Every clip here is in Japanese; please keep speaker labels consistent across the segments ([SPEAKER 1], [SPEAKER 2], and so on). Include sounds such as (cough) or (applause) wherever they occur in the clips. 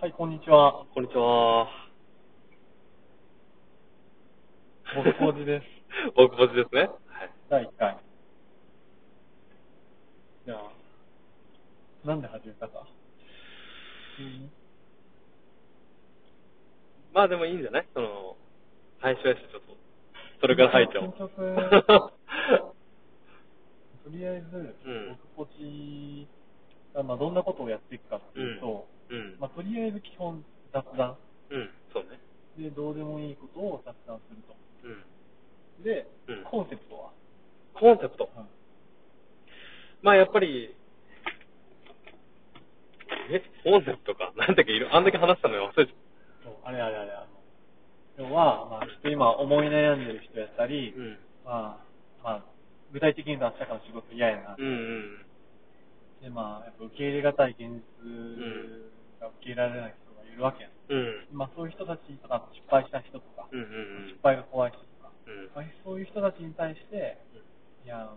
[SPEAKER 1] はい、こんにちは。
[SPEAKER 2] こんにちは。
[SPEAKER 1] 僕こじです。
[SPEAKER 2] 僕こじですね。はい。
[SPEAKER 1] 第1回。じゃあ、なんで始めたか。
[SPEAKER 2] まあでもいいんじゃないその、最初やし、ちょっと、それから入っちゃおう。
[SPEAKER 1] とりあえず、
[SPEAKER 2] うん
[SPEAKER 1] 僕こじが、まあ、どんなことをやっていくかっていうと、
[SPEAKER 2] うん。
[SPEAKER 1] まあ、とりあえず基本雑談。
[SPEAKER 2] うん、そうね。
[SPEAKER 1] で、どうでもいいことを雑談すると。
[SPEAKER 2] うん。
[SPEAKER 1] で、
[SPEAKER 2] うん
[SPEAKER 1] コンセプトは、
[SPEAKER 2] コンセプト。
[SPEAKER 1] うん
[SPEAKER 2] まあやっぱり、え、コンセプトか。なんだっけ、いろあんだけ話したのよ。忘れちゃっ
[SPEAKER 1] そうあれあれあれ、あの、要は、まあ、ちょっと今思い悩んでる人やったり、
[SPEAKER 2] た。うん。
[SPEAKER 1] まあ、まあ、具体的に言うと明日からの仕事嫌やな。
[SPEAKER 2] うんうん。
[SPEAKER 1] で、まあ、やっぱ受け入れがたい現実
[SPEAKER 2] ん
[SPEAKER 1] が受け入れられない人がいるわけやん。
[SPEAKER 2] うん。
[SPEAKER 1] まあ、そういう人たちとか、失敗した人とか、
[SPEAKER 2] うんうん
[SPEAKER 1] 失敗が怖い人とか、まあ
[SPEAKER 2] うん。
[SPEAKER 1] そういう人たちに対して、いや、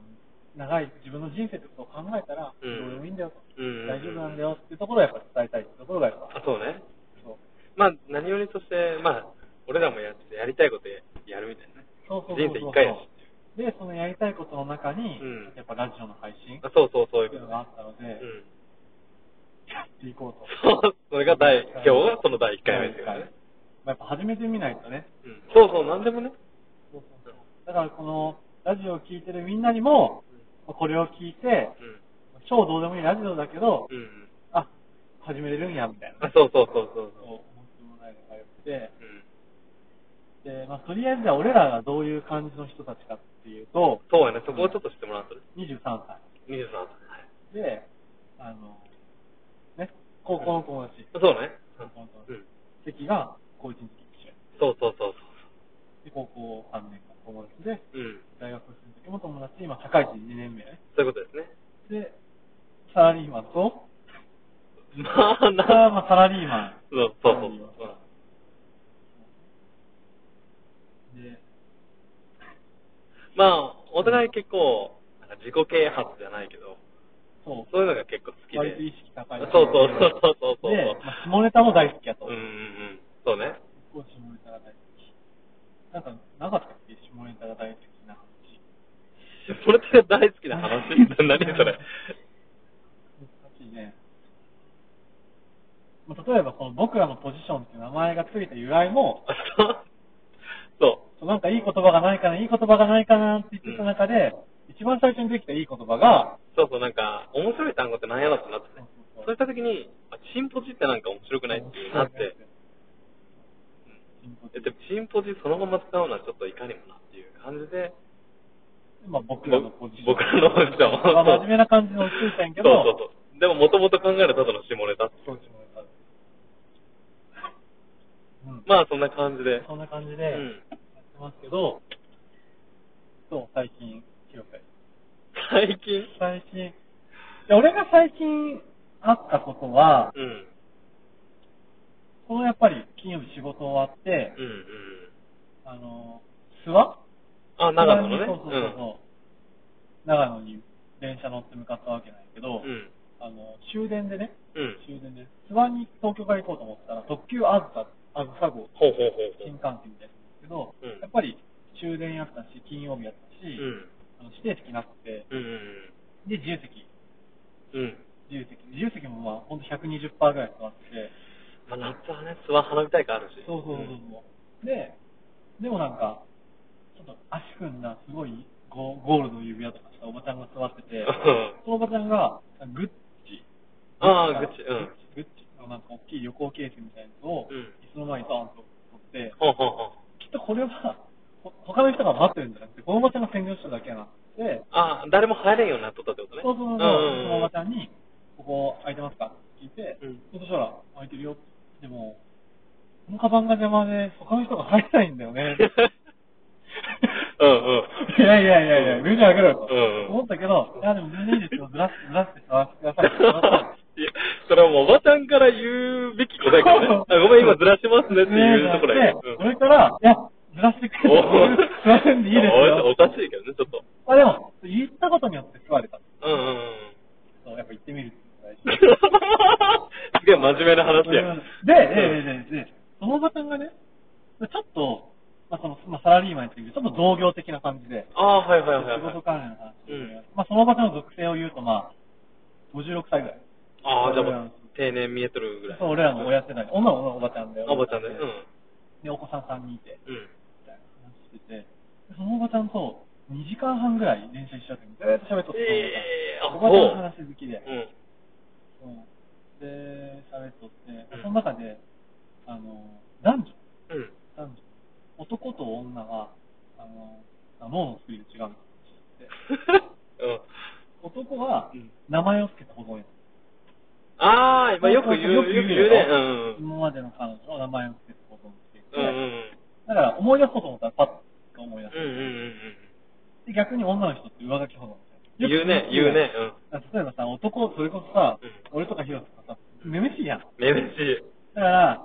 [SPEAKER 1] 長い自分の人生ってことを考えたら、
[SPEAKER 2] うん
[SPEAKER 1] どうでもいいんだよと、
[SPEAKER 2] うん。
[SPEAKER 1] 大丈夫なんだ。よっていうところをやっぱ伝えたいってところがやっぱ、
[SPEAKER 2] あ、そうね。
[SPEAKER 1] そう
[SPEAKER 2] まあ何よりとして、まあ、俺らもやってやりたいことやるみたいなね。
[SPEAKER 1] そうそうそうそう
[SPEAKER 2] 人生一回やしっていう。
[SPEAKER 1] で、そのやりたいことの中に、
[SPEAKER 2] うん
[SPEAKER 1] やっぱラジオの配信
[SPEAKER 2] あそうそう、そういう
[SPEAKER 1] ってい
[SPEAKER 2] こ
[SPEAKER 1] うの
[SPEAKER 2] とね
[SPEAKER 1] があったので、
[SPEAKER 2] うん。
[SPEAKER 1] やっていこうと。
[SPEAKER 2] そう、それが第、今日がその第1回目ですよね。
[SPEAKER 1] まあ、やっぱ始めてみないとね。
[SPEAKER 2] うん。そうそう、なんでもね。
[SPEAKER 1] だからこのラジオを聞いてるみんなにも、まあこれを聞いて、
[SPEAKER 2] うん。
[SPEAKER 1] 超どうでもいいラジオだけど、
[SPEAKER 2] うんうん。
[SPEAKER 1] あ、始めれるんや、みたいな
[SPEAKER 2] あ
[SPEAKER 1] ね。
[SPEAKER 2] そうそうそうそう
[SPEAKER 1] そう
[SPEAKER 2] そ
[SPEAKER 1] 思ってもらえればよくて。
[SPEAKER 2] う。うん。
[SPEAKER 1] で、まあ、とりあえずじゃあ俺らがどういう感じの人たちかっていうと、
[SPEAKER 2] そうやね、そこをちょっと知ってもらうとね。
[SPEAKER 1] 23歳。
[SPEAKER 2] 23歳。はい
[SPEAKER 1] で、あの、ね、高校の友達、
[SPEAKER 2] そうね。
[SPEAKER 1] 高校の友
[SPEAKER 2] う
[SPEAKER 1] 達、
[SPEAKER 2] ん。
[SPEAKER 1] 関が高1の時一緒や
[SPEAKER 2] そうそうそう
[SPEAKER 1] で、高校3年間友達で、
[SPEAKER 2] そう。うん。
[SPEAKER 1] 大学生の時も友達、今社会人2年目ね。
[SPEAKER 2] そういうことですね。
[SPEAKER 1] で、サラリーマンと、
[SPEAKER 2] まあ、
[SPEAKER 1] これは
[SPEAKER 2] な、
[SPEAKER 1] まあサラリーマ
[SPEAKER 2] そうそうそう。
[SPEAKER 1] ン。で、
[SPEAKER 2] まあ、お互い結構、なんか自己啓発じゃないけど、
[SPEAKER 1] そう、
[SPEAKER 2] そういうのが結構好きで。
[SPEAKER 1] 割と意識高い。
[SPEAKER 2] そうそうそうそうそう。
[SPEAKER 1] で、まあ、下ネタも大好きやと。
[SPEAKER 2] うんう
[SPEAKER 1] うん。
[SPEAKER 2] うんん。そうね。
[SPEAKER 1] 下ネタが大好き。なんか、なかったっけ下ネタが大好きな話。
[SPEAKER 2] それって大好きな話何そ
[SPEAKER 1] 難
[SPEAKER 2] れ。
[SPEAKER 1] しいね。まあ、例えば、この僕らのポジションっていう名前がついた由来も、
[SPEAKER 2] あそう。
[SPEAKER 1] そうなんかいい言葉がないかな、いい言葉がないかなって言ってた中で、一番最初にできたいい言葉が、
[SPEAKER 2] そうそう、なんか、面白い単語ってなんやろってなってね。
[SPEAKER 1] そう
[SPEAKER 2] そうしたときに、あチンポジってなんか面白くないっていうなって。えでもチンポジそのまま使うのはちょっといかにもなっていう感じで、
[SPEAKER 1] まあ、僕らのポジション。
[SPEAKER 2] 僕らのポジション
[SPEAKER 1] まあ、真面目な感じのおっちゃんやけど、
[SPEAKER 2] そうそうそう。でも、もともと考えるただの下ネタ。
[SPEAKER 1] そうですねうん。
[SPEAKER 2] まあ、そんな感じで。
[SPEAKER 1] そんな感じで
[SPEAKER 2] う
[SPEAKER 1] やっ
[SPEAKER 2] ん。
[SPEAKER 1] てますけど、そう、最近、記憶
[SPEAKER 2] 最近
[SPEAKER 1] 最近、いや俺が最近あったことは、
[SPEAKER 2] うん。
[SPEAKER 1] このやっぱり金曜日仕事終わって、
[SPEAKER 2] うんうん。
[SPEAKER 1] あの、諏訪
[SPEAKER 2] あ、長野のね。
[SPEAKER 1] そうそうそうそう。長野に電車乗って向かったわけなんやけど、
[SPEAKER 2] うん。
[SPEAKER 1] あの、終電でね、
[SPEAKER 2] うん。うん。
[SPEAKER 1] 終電で、諏訪に東京から行こうと思ったら、特急あずさ、あずさ号、
[SPEAKER 2] ほうほうほ
[SPEAKER 1] 新
[SPEAKER 2] うほう。
[SPEAKER 1] 幹線みたいなんですけど、
[SPEAKER 2] うん
[SPEAKER 1] やっぱり終電やったし、金曜日やったし、
[SPEAKER 2] うん。
[SPEAKER 1] あの指定席なくて、
[SPEAKER 2] うんうん
[SPEAKER 1] で、自由席、
[SPEAKER 2] うん。うん。
[SPEAKER 1] 自由席、自由席もまあ、ほんと120%ぐらい座ってて、
[SPEAKER 2] まあ、夏はね、諏訪花火大会あるし。
[SPEAKER 1] そうそうそうそう、で、でもなんか、ちょっと足組んだ、すごいゴゴールドの指輪とかしたおばちゃんが座ってて、
[SPEAKER 2] うん (laughs)
[SPEAKER 1] そのおばちゃんが、グッチ。
[SPEAKER 2] ああ、グッチ。うん。
[SPEAKER 1] グッチのなんか大きい旅行ケースみたいなのを、
[SPEAKER 2] うん
[SPEAKER 1] 椅子の前にドーンと取って、
[SPEAKER 2] ほうほうほう。
[SPEAKER 1] きっとこれは、ほ他の人が待ってるんじゃなくて、このおばちゃんが占領しただけなので、
[SPEAKER 2] あー、誰も入れんようになっとったってことね。
[SPEAKER 1] そうそうそう、そ
[SPEAKER 2] ん
[SPEAKER 1] のお
[SPEAKER 2] ん
[SPEAKER 1] ばちゃんに、ここ空いてますかって聞いて、
[SPEAKER 2] うん
[SPEAKER 1] そしたら、空いてるよ。でも、このカバンが邪魔で、他の人が入れないんだよ
[SPEAKER 2] (laughs)
[SPEAKER 1] ね。
[SPEAKER 2] うんうん。
[SPEAKER 1] いやいやいやいや、ルール上げろよと、
[SPEAKER 2] うんうん
[SPEAKER 1] 思ったけど、いやでも全然いいですよ、ずらして、ずらして触らせてくださいって言われて。
[SPEAKER 2] いや、それはもうおばちゃんから言うべき答えからね。あごめん、今ずらしますねっていうところや
[SPEAKER 1] ねえ (laughs)
[SPEAKER 2] うん
[SPEAKER 1] それから、いや、ずらしてくれ
[SPEAKER 2] お
[SPEAKER 1] る。すいませんでいいです
[SPEAKER 2] お
[SPEAKER 1] よ
[SPEAKER 2] お。かしいけどね、ちょっと。
[SPEAKER 1] まあでも、言ったことによって救われた。
[SPEAKER 2] うんうんうん。
[SPEAKER 1] そう、やっぱ言ってみるっていうのが大事。
[SPEAKER 2] すげえ真真面目な話や。
[SPEAKER 1] で、
[SPEAKER 2] うん
[SPEAKER 1] で、で、で、で、そのおばちゃんがね、ちょっと、まあ、その、まあ、サラリーマンやってるけど、ちょっと同業的な感じで、
[SPEAKER 2] ああ、はいはいはい
[SPEAKER 1] 仕
[SPEAKER 2] はい
[SPEAKER 1] 事。関連の話で、
[SPEAKER 2] うん
[SPEAKER 1] まあ、そのおばちゃんの属性を言うと、まあ、56歳ぐらい。
[SPEAKER 2] ああ、じゃあも
[SPEAKER 1] 俺らの
[SPEAKER 2] う、定年見えとるぐらい。
[SPEAKER 1] そう、俺らの親世代、女のおばちゃんで。
[SPEAKER 2] おばちゃんね。うん。
[SPEAKER 1] で、お子さん3人いて、
[SPEAKER 2] うん。
[SPEAKER 1] みたいな話してて、でそのおばちゃんと2時間半ぐらい練習しちゃって、ずーっと喋っとって、
[SPEAKER 2] ええあ、
[SPEAKER 1] お
[SPEAKER 2] そ
[SPEAKER 1] ば
[SPEAKER 2] う。
[SPEAKER 1] ちゃんの話好きで、
[SPEAKER 2] うん。
[SPEAKER 1] うんで、喋っとって、
[SPEAKER 2] うん
[SPEAKER 1] その中で、あの、男女、
[SPEAKER 2] うん。 (laughs)
[SPEAKER 1] 男女、男と女は、あの、脳の作りが違うんですって。
[SPEAKER 2] うん。
[SPEAKER 1] 男は
[SPEAKER 2] うん
[SPEAKER 1] 名前を付けた方がいいの。
[SPEAKER 2] ああ、今よく言う、よ
[SPEAKER 1] よ
[SPEAKER 2] く
[SPEAKER 1] く
[SPEAKER 2] 言
[SPEAKER 1] 言
[SPEAKER 2] う
[SPEAKER 1] う
[SPEAKER 2] ね。う
[SPEAKER 1] よ
[SPEAKER 2] んうん。
[SPEAKER 1] 今までの彼女の名前を付けた方がいいって
[SPEAKER 2] う
[SPEAKER 1] 言
[SPEAKER 2] ん
[SPEAKER 1] っ
[SPEAKER 2] う
[SPEAKER 1] て、
[SPEAKER 2] んうん。
[SPEAKER 1] だから思い出そうと思ったらパッと思い出す
[SPEAKER 2] うん。うんうんうん。
[SPEAKER 1] で逆に女の人って上書き保存す
[SPEAKER 2] 言
[SPEAKER 1] る
[SPEAKER 2] うね、言うね。うん。
[SPEAKER 1] だから例えばさ、男、それこそさ、
[SPEAKER 2] うん
[SPEAKER 1] 俺とかヒロとかさ、めめしいやん。だ
[SPEAKER 2] めめしい。
[SPEAKER 1] から、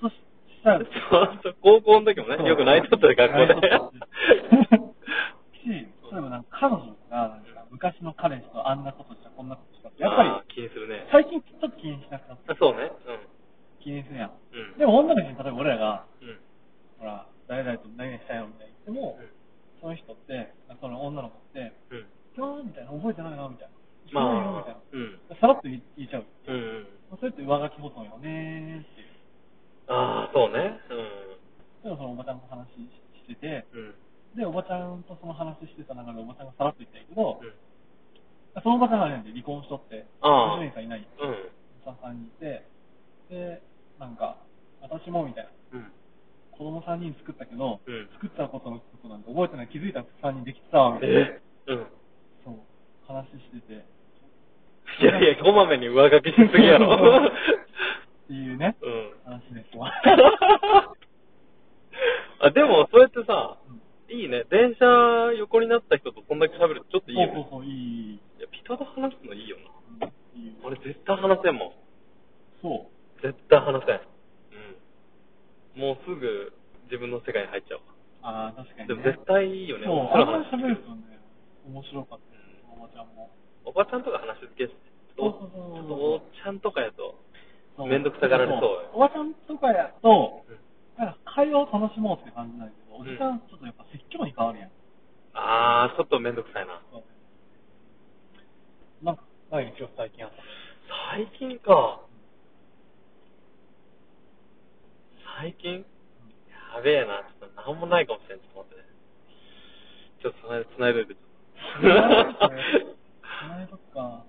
[SPEAKER 1] 嫉妬ししたら、
[SPEAKER 2] そう高校の時もね、よく泣いとったよ、学校で。 (laughs)
[SPEAKER 1] し、例えばなんか彼女がなんか昔の彼氏とあんなことした、こんなことしたって、やっ
[SPEAKER 2] あ
[SPEAKER 1] ぱ
[SPEAKER 2] ー気にするね
[SPEAKER 1] り。最近ちょっと気にしなくなった。
[SPEAKER 2] あそうね。う
[SPEAKER 1] 気にするやん。
[SPEAKER 2] ん。うん。
[SPEAKER 1] でも女の人に例えば俺らが、
[SPEAKER 2] うん。
[SPEAKER 1] ほら、誰々と何々したよみたいに言っても、
[SPEAKER 2] う
[SPEAKER 1] その人って、その女の子って、
[SPEAKER 2] ん。うん。
[SPEAKER 1] 今日みたいな、覚えてないなみたいな。
[SPEAKER 2] ま
[SPEAKER 1] いいよみたいな、。
[SPEAKER 2] あうん。
[SPEAKER 1] さらっと言言っちゃう。
[SPEAKER 2] うんうん。
[SPEAKER 1] それって上書き保存よねーっていう。
[SPEAKER 2] ああ、そうね。
[SPEAKER 1] でもそのおばちゃんと話ししてて、
[SPEAKER 2] うん。うん。
[SPEAKER 1] で、おばちゃんとその話してた中でおばちゃんがさらっと言ったんやけど、
[SPEAKER 2] うん。
[SPEAKER 1] そのおばちゃんがあれなんで離婚しとって、
[SPEAKER 2] ああ。
[SPEAKER 1] 主人さんいないよ。
[SPEAKER 2] うん。
[SPEAKER 1] おばさんにいて、で、なんか、私もみたいな。
[SPEAKER 2] うん。
[SPEAKER 1] 子供3人作ったけど、
[SPEAKER 2] うん
[SPEAKER 1] 作ったことのことなんて覚えてない、気づいたら3人できてたわ、みたいな。
[SPEAKER 2] えうん。
[SPEAKER 1] そう、話してて、っ
[SPEAKER 2] いやいや、こまめに上書きしすぎやろ。 (laughs)
[SPEAKER 1] ていうね、
[SPEAKER 2] うん。
[SPEAKER 1] 話です
[SPEAKER 2] (laughs)
[SPEAKER 1] わ。
[SPEAKER 2] あ、でも、そうやってさ、
[SPEAKER 1] うん
[SPEAKER 2] いいね。電車横になった人とこんだけ喋るとちょっといいよね。
[SPEAKER 1] そうそうそう、いい、いい、
[SPEAKER 2] いや、ピタと話すのいいよな。
[SPEAKER 1] いい。
[SPEAKER 2] 俺絶対話せんもん。
[SPEAKER 1] そ
[SPEAKER 2] 絶対話せん。うん。もうすぐ自分の世界に入っちゃうわ。
[SPEAKER 1] う。ああ、確かに、ね。
[SPEAKER 2] でも絶対いいよね。
[SPEAKER 1] そう、
[SPEAKER 2] 俺
[SPEAKER 1] あんまり喋ると
[SPEAKER 2] 話
[SPEAKER 1] ね、面白かったよ、おばちゃんも。
[SPEAKER 2] おばちゃんとか話好きやし、ちょっと
[SPEAKER 1] そうそうそう
[SPEAKER 2] ちょっとおっちゃんとかやと、
[SPEAKER 1] そう
[SPEAKER 2] めんどくさがられそうよ
[SPEAKER 1] おばちゃんとかやと、
[SPEAKER 2] うん
[SPEAKER 1] なんか会話を楽しもうって感じなんだけど、
[SPEAKER 2] うん
[SPEAKER 1] おじさんちょっとやっぱ説教に変わるやん。
[SPEAKER 2] あー、ちょっとめんどくさいな。
[SPEAKER 1] なんか、ない今日最近あ (laughs) った。
[SPEAKER 2] 最近か。最近やべえな。ちょっとなんもないかもしれん。ちょっと待ってね。ちょっと繋いで、繋いでおいて。ちょっと
[SPEAKER 1] 前とか、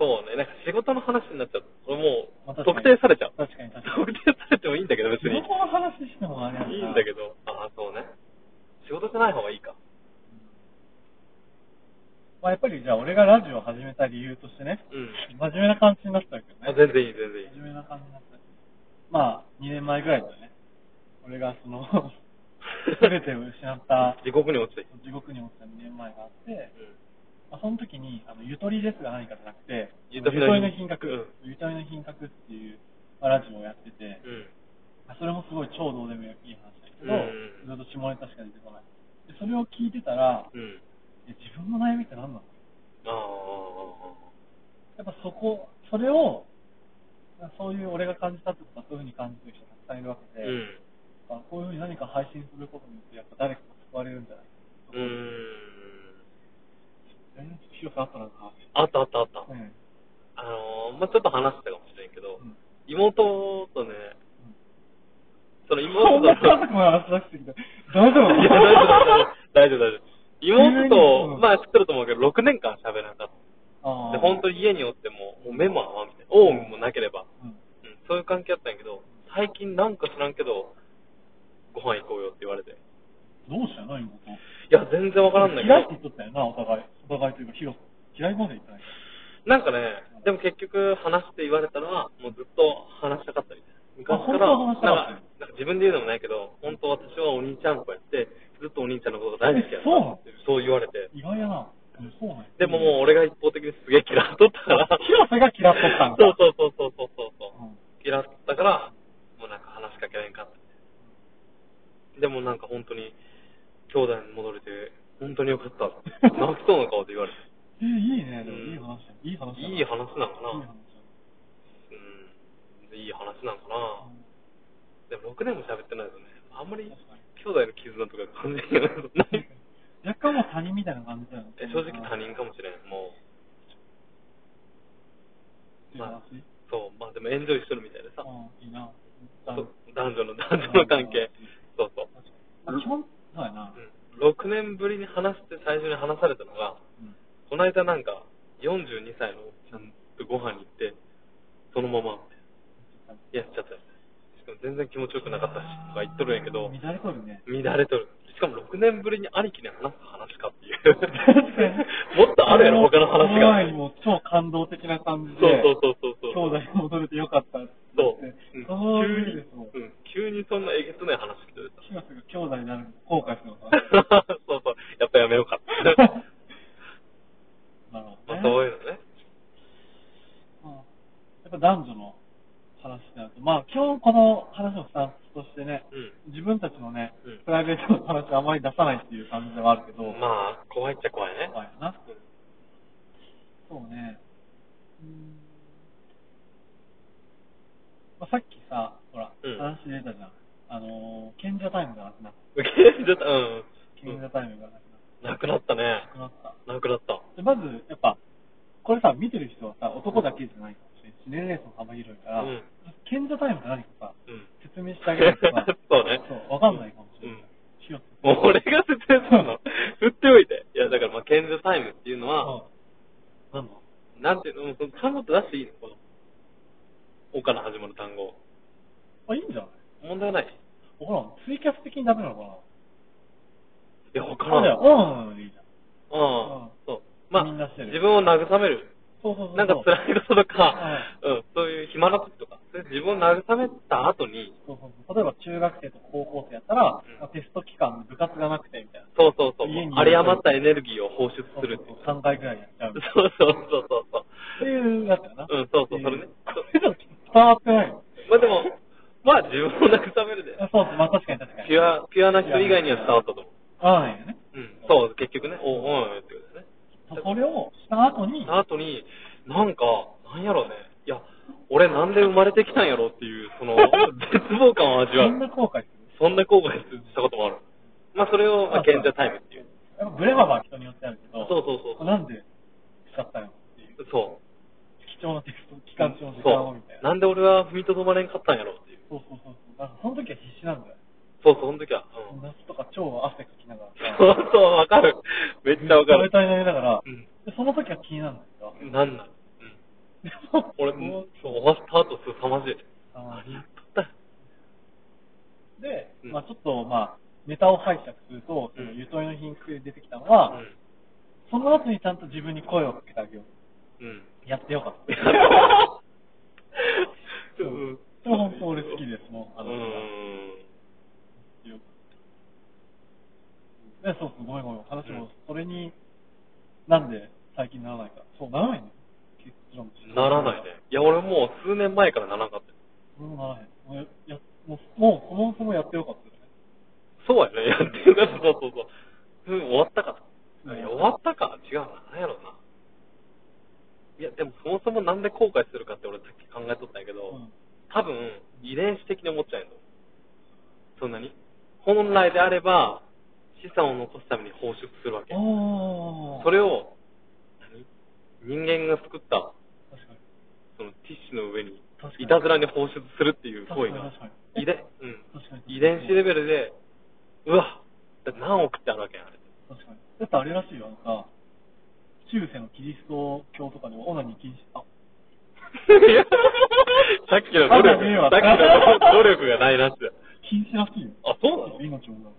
[SPEAKER 2] そうね。なんか仕事の話になっちゃう。これも
[SPEAKER 1] まあ、
[SPEAKER 2] う
[SPEAKER 1] 確か
[SPEAKER 2] 特
[SPEAKER 1] に
[SPEAKER 2] 定されちゃう。
[SPEAKER 1] 確かに確かに
[SPEAKER 2] 特定されてもいいんだけど、別
[SPEAKER 1] 仕事
[SPEAKER 2] に。い
[SPEAKER 1] の話してもあれや
[SPEAKER 2] いんだけど。ああ、そうね。仕事じゃない方がいいか。
[SPEAKER 1] まあ、やっぱりじゃあ俺がラジオを始めた理由としてね、
[SPEAKER 2] うん。
[SPEAKER 1] 真面目な感じになったわけど
[SPEAKER 2] あ
[SPEAKER 1] ね。
[SPEAKER 2] 全然いい、全然
[SPEAKER 1] 真面目
[SPEAKER 2] いい。
[SPEAKER 1] な感じになった。まあ、2年前ぐらいだよね。俺がその、全
[SPEAKER 2] (laughs)
[SPEAKER 1] てを失った、
[SPEAKER 2] 地獄に落ちてきた。
[SPEAKER 1] 地獄に落ちた2年前があって、
[SPEAKER 2] うん
[SPEAKER 1] まあ、その時に、あの、ゆとりですが何かじゃなくて、ゆ
[SPEAKER 2] ゆと
[SPEAKER 1] と
[SPEAKER 2] り
[SPEAKER 1] り
[SPEAKER 2] の
[SPEAKER 1] の
[SPEAKER 2] 品
[SPEAKER 1] 品
[SPEAKER 2] 格
[SPEAKER 1] 格、ゆとりの品格っていう、まあラジオをやってて、
[SPEAKER 2] うん。
[SPEAKER 1] まあそれもすごい超どうでもいい話だけど、
[SPEAKER 2] うん
[SPEAKER 1] ずっと下ネタしか出てこない。でそれを聞いてたら、
[SPEAKER 2] うん。
[SPEAKER 1] いや自分の悩みって何なの
[SPEAKER 2] ああ。
[SPEAKER 1] やっぱそこ、それを、そういう俺が感じたってことはそういうふうに感じてる人たくさんいるわけで、
[SPEAKER 2] うん。
[SPEAKER 1] まあこういうふうに何か配信することによって、やっぱ誰かが救われるんじゃないう
[SPEAKER 2] ーん。
[SPEAKER 1] 全然広さあったなか。
[SPEAKER 2] あったあったあった。
[SPEAKER 1] うん。うん。
[SPEAKER 2] あのー、まあ、ちょっと話したかもしれんけど、
[SPEAKER 1] うん
[SPEAKER 2] 妹とね、その
[SPEAKER 1] そん
[SPEAKER 2] 妹
[SPEAKER 1] な
[SPEAKER 2] と、
[SPEAKER 1] 家族の話なくてきた。大丈夫
[SPEAKER 2] いや大丈夫大丈夫大丈夫大丈夫。妹
[SPEAKER 1] 急
[SPEAKER 2] と、
[SPEAKER 1] に
[SPEAKER 2] まあ知ってると思うけど、6年間喋らなかった。
[SPEAKER 1] あ
[SPEAKER 2] で、
[SPEAKER 1] あ。
[SPEAKER 2] 本当に家におっても、もう目も合わんみたいな。オウムもなければ、
[SPEAKER 1] うん。
[SPEAKER 2] うん、そういう関係あったんやけど、最近なんか知らんけど、ご飯行こうよって言われて。い
[SPEAKER 1] どうしたの妹。
[SPEAKER 2] や、全然わからんないけど。
[SPEAKER 1] 嫌いって言っとったよな、お互い。お互いというか、広さ。嫌いまで言ってない。
[SPEAKER 2] なんかね、でも結局話して言われたのは、もうずっと話したかったみたいな。昔か
[SPEAKER 1] あ
[SPEAKER 2] ら、な
[SPEAKER 1] 本
[SPEAKER 2] んか
[SPEAKER 1] 当は話したかった
[SPEAKER 2] なんか自分で言うのもないけど、本当私はお兄ちゃんとかやって、ずっとお兄ちゃんのことが大好きやったってそう言われて。
[SPEAKER 1] 意外やな。うんそうなんや
[SPEAKER 2] でももう俺が一方的にすげえ嫌っとったから。
[SPEAKER 1] 広瀬が嫌っとったんだ
[SPEAKER 2] そうそうそうそうそうそ
[SPEAKER 1] う
[SPEAKER 2] う。
[SPEAKER 1] ん。
[SPEAKER 2] 嫌ったから、もうなんか話しかけれんかった。でもなんか本当に、
[SPEAKER 1] (laughs)
[SPEAKER 2] 兄弟に戻れて、本当によかったって。泣きそうな顔で言われて。
[SPEAKER 1] え、いいね。ね、でもいい話やいい話や
[SPEAKER 2] いい話なのか
[SPEAKER 1] いい
[SPEAKER 2] なうん。いい話なのかな、でも6年も喋ってないですよね。あんまり
[SPEAKER 1] 確かに
[SPEAKER 2] 兄弟の絆とか感じてないこ
[SPEAKER 1] (laughs)
[SPEAKER 2] とない。
[SPEAKER 1] 若干もう他人みたいな感じだよね。
[SPEAKER 2] え正直他人かもしれん。も
[SPEAKER 1] っていう話。
[SPEAKER 2] う、そう、まあでもエンジョイしてるみたいでさ。
[SPEAKER 1] うん、いいな。
[SPEAKER 2] そう男女の (laughs) 男女の関係。そうそう。
[SPEAKER 1] 確かにまあ基本、そうやな。
[SPEAKER 2] うん、6年ぶりに話して、最初に話されたのが、
[SPEAKER 1] うん
[SPEAKER 2] この間なんか、42歳のおっちゃんとご飯に行って、そのまま、やっちゃったよね。しかも全然気持ちよくなかったし、とか言っとるんやけど、
[SPEAKER 1] 乱れとるね。
[SPEAKER 2] 乱れとる。しかも6年ぶりに兄貴に話す話かってい
[SPEAKER 1] 確か
[SPEAKER 2] う。 (laughs) もっとあ
[SPEAKER 1] (laughs)
[SPEAKER 2] るやろ、他の話が。
[SPEAKER 1] もう超感動的な感じで。
[SPEAKER 2] そうそうそうそうそう。
[SPEAKER 1] 兄弟戻れてよかったって言
[SPEAKER 2] そ
[SPEAKER 1] っ
[SPEAKER 2] う。
[SPEAKER 1] て。
[SPEAKER 2] うん
[SPEAKER 1] そう
[SPEAKER 2] 急
[SPEAKER 1] い
[SPEAKER 2] に
[SPEAKER 1] うですもん。、
[SPEAKER 2] うん、急にそんなえげつない話してくれた。
[SPEAKER 1] 今すぐ兄弟になるの後悔してるのか
[SPEAKER 2] (laughs)
[SPEAKER 1] (laughs)
[SPEAKER 2] そうそう、やっぱやめようかって。
[SPEAKER 1] な。なる
[SPEAKER 2] まあ、
[SPEAKER 1] ほど
[SPEAKER 2] そう
[SPEAKER 1] ね。
[SPEAKER 2] いうのね。
[SPEAKER 1] うんやっぱ男女の話になると、まあ今日この話のスタンスとしてね、
[SPEAKER 2] うん。
[SPEAKER 1] 自分たちのね、
[SPEAKER 2] うん
[SPEAKER 1] プライベートの話はあまり出さないっていう感じではあるけど、
[SPEAKER 2] まあ、怖いっちゃ怖いね。
[SPEAKER 1] 怖いな。そうね。うーんまあ、さっきさ、ほら、
[SPEAKER 2] うん
[SPEAKER 1] 話出たじゃん。あのー賢者タイムがなくなった。
[SPEAKER 2] 受け入れた、うん。
[SPEAKER 1] 賢者タイムがなく
[SPEAKER 2] なくなったね。
[SPEAKER 1] なった。
[SPEAKER 2] なくなった。
[SPEAKER 1] でまず、やっぱ、これさ、見てる人はさ、男だけじゃないかもしれないし、年齢層も幅広いから、
[SPEAKER 2] うん
[SPEAKER 1] 賢者タイムって何かさ、
[SPEAKER 2] うん。、
[SPEAKER 1] 説明してあげないとさ
[SPEAKER 2] (laughs) そうね
[SPEAKER 1] そう、わかんないかもしれない。
[SPEAKER 2] うん
[SPEAKER 1] しよう。
[SPEAKER 2] もう俺が説明す
[SPEAKER 1] (laughs)
[SPEAKER 2] るの。振っておいて。いや、だから、まあ、賢者タイムっていうのは、
[SPEAKER 1] うん、なんだ
[SPEAKER 2] なんていうの、もうその単語って出していいのこの、おから始まる単語。
[SPEAKER 1] あ、いいんじゃない
[SPEAKER 2] 問題ない
[SPEAKER 1] ほらん、ツイキャス的にダメなのかない
[SPEAKER 2] や、わからん。
[SPEAKER 1] あうん、いいじゃん。
[SPEAKER 2] うん
[SPEAKER 1] うん。
[SPEAKER 2] そう。まあ、
[SPEAKER 1] みんなしてる
[SPEAKER 2] 自分を慰める。
[SPEAKER 1] そうそうそうそう。
[SPEAKER 2] なんか辛いこととか
[SPEAKER 1] は、
[SPEAKER 2] うん、そういう暇な時とか、そういう自分を慰めた後に、
[SPEAKER 1] そうそうそう例えば中学生とか高校生やったら、
[SPEAKER 2] ん
[SPEAKER 1] まあテスト期間部活がなくてみたいな。
[SPEAKER 2] そうそうそう
[SPEAKER 1] 家にいる、
[SPEAKER 2] 有り余ったエネルギーを放出するっていう。
[SPEAKER 1] 3回くらいやっちゃ
[SPEAKER 2] (laughs)
[SPEAKER 1] う。っ
[SPEAKER 2] そうそうそうそうそう。
[SPEAKER 1] ていうやつやな。
[SPEAKER 2] うん、そうそう、
[SPEAKER 1] (laughs)
[SPEAKER 2] それね。
[SPEAKER 1] 伝わってないの。
[SPEAKER 2] まあでも、まあ自分を慰めるで。
[SPEAKER 1] あそうそう、まあ確かに確かに。
[SPEAKER 2] ピュア、ピュアな人以外には伝わったと思う。
[SPEAKER 1] ああ、いいよね。
[SPEAKER 2] うん、そう、結局ね、お、うん、ってことだね。
[SPEAKER 1] それをした後に、
[SPEAKER 2] あとに、なんか、なんやろうね。いや、俺なんで生まれてきたんやろっていう、その、絶望感を味わ
[SPEAKER 1] そんな
[SPEAKER 2] う。
[SPEAKER 1] 後悔する。
[SPEAKER 2] そんな後悔したこともある。まあそれを、まあ、賢者タイムっていう。
[SPEAKER 1] やっぱブレ幅は人によってあるけ
[SPEAKER 2] そう
[SPEAKER 1] ど、
[SPEAKER 2] そうそう。
[SPEAKER 1] なんでしちゃったんやろっていう。
[SPEAKER 2] そう。
[SPEAKER 1] 貴重なテスト期間中の時間を
[SPEAKER 2] そ。
[SPEAKER 1] みたいうな。
[SPEAKER 2] なんで俺は踏みとどまれんかったんやろっていう。
[SPEAKER 1] そうそうそうそう。なんかその時は必死なんだよ。
[SPEAKER 2] そうそう、その時は。うん。
[SPEAKER 1] 夏とか超汗かきながらさ。
[SPEAKER 2] そうそう、わかる。 (laughs) めっちゃわか
[SPEAKER 1] 冷
[SPEAKER 2] る。
[SPEAKER 1] たいなりながら、
[SPEAKER 2] うん
[SPEAKER 1] でその時は気になるんだけど、
[SPEAKER 2] なんなん。うん。俺、もう、終わった後、すさまじい。
[SPEAKER 1] あ
[SPEAKER 2] 何やっとったん
[SPEAKER 1] で、
[SPEAKER 2] うん
[SPEAKER 1] まあちょっと、まあネタを拝借すると、その
[SPEAKER 2] うん
[SPEAKER 1] ゆとりの貧苦で出てきたのは、
[SPEAKER 2] うん
[SPEAKER 1] その後にちゃんと自分に声をかけてあげよ
[SPEAKER 2] うん。
[SPEAKER 1] う。やってよかった。うん
[SPEAKER 2] うん。
[SPEAKER 1] でも本当俺好きですもん、あの
[SPEAKER 2] う
[SPEAKER 1] 人が
[SPEAKER 2] ん。
[SPEAKER 1] よでそうそう、ごめんごめん。話も、それに、なんで最近ならないか。そう、ならないね。結論として
[SPEAKER 2] ならない。ね。いや、俺もう数年前からならなかった。
[SPEAKER 1] 俺もならへん。もうや、やもう、もうそもそもやってよかったよね。
[SPEAKER 2] そうやね。やってるから、そうそうそう。うん、終わったか
[SPEAKER 1] うん
[SPEAKER 2] いや終わったか違うな。なんやろうな。いや、でもそもそもなんで後悔するかって俺さっき考えとったんやけど、
[SPEAKER 1] うん
[SPEAKER 2] 多分、遺伝子的に思っちゃうの。そんなに本来であれば、資産を残すために放出するわけ。
[SPEAKER 1] おー。
[SPEAKER 2] それを、何人間が作った、
[SPEAKER 1] 確かに。
[SPEAKER 2] そのティッシュの上に
[SPEAKER 1] 確か、に
[SPEAKER 2] いたずらに放出するっていう行為が
[SPEAKER 1] 確かに確か、に
[SPEAKER 2] 遺伝、うん
[SPEAKER 1] 確かに確か。に
[SPEAKER 2] 遺伝子レベルで、うわ、だって何億ってあるわけやん、あれ。
[SPEAKER 1] (laughs) 確かに。だってあれらしいよ、なんか、中世のキリスト教とかではオナニー禁止。あ、
[SPEAKER 2] いやさっきの努
[SPEAKER 1] まだ
[SPEAKER 2] 力
[SPEAKER 1] ねえわ、
[SPEAKER 2] さっきの努力がないなって。
[SPEAKER 1] 禁止らしいよ。
[SPEAKER 2] あそうなの
[SPEAKER 1] 命を奪う。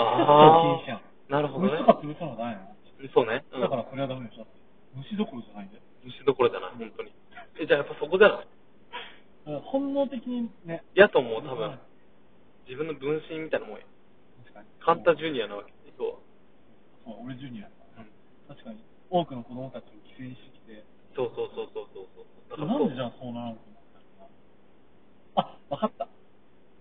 [SPEAKER 2] あ
[SPEAKER 1] 禁
[SPEAKER 2] ー
[SPEAKER 1] 止やん。
[SPEAKER 2] なるほど
[SPEAKER 1] (laughs)
[SPEAKER 2] ね
[SPEAKER 1] 虫とか潰さなダメや。
[SPEAKER 2] そうね。うん
[SPEAKER 1] だからこれはダメでしょ。虫どころじゃないんだよ。
[SPEAKER 2] 虫どころじゃない、本当に。え、じゃあやっぱそこじゃない
[SPEAKER 1] だから本能的にね。
[SPEAKER 2] やと思う、多分。自分の分身みたいなもんや。
[SPEAKER 1] 確かに。
[SPEAKER 2] カンタジュニアなわけ。そう。
[SPEAKER 1] そう、俺ジュニアやか
[SPEAKER 2] うん
[SPEAKER 1] ら。確かに。多くの子供たちを犠牲にしてきて。
[SPEAKER 2] そうそうそうそうそうそう。だから
[SPEAKER 1] なん
[SPEAKER 2] そう
[SPEAKER 1] でじゃあそうならんのあ、わかった。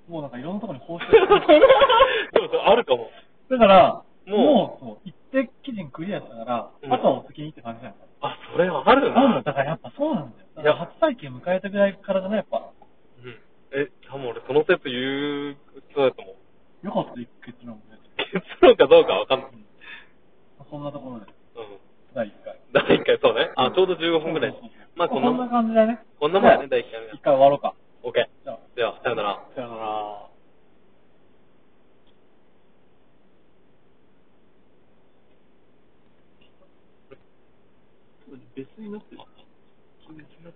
[SPEAKER 1] もうなんかいろんなところに放出
[SPEAKER 2] そうそう、あるかも。
[SPEAKER 1] だから、
[SPEAKER 2] も
[SPEAKER 1] もうそう、一定基準クリアしたから、
[SPEAKER 2] うん
[SPEAKER 1] あとはお先にって感じじゃない
[SPEAKER 2] あ、それはあるな。
[SPEAKER 1] あるのだからやっぱそうなんだよ。だから初体験迎えたぐらいからだね、やっぱ。
[SPEAKER 2] うん。え、多分俺そのテープ言う人だと思う。
[SPEAKER 1] よかった、一結論ね。
[SPEAKER 2] 結論かどうかわかんない。うん。
[SPEAKER 1] そんなところで、第一回。
[SPEAKER 2] 第1回、そうね。あ、ちょうど15分ぐらい
[SPEAKER 1] そうそうそう。
[SPEAKER 2] まあこんなもん。
[SPEAKER 1] 感じだね。
[SPEAKER 2] こんなもんやね、第1回目
[SPEAKER 1] 一回終わろうか。
[SPEAKER 2] オッケ
[SPEAKER 1] じゃあ、
[SPEAKER 2] ー。では、さよなら。
[SPEAKER 1] さよなら。別になってる。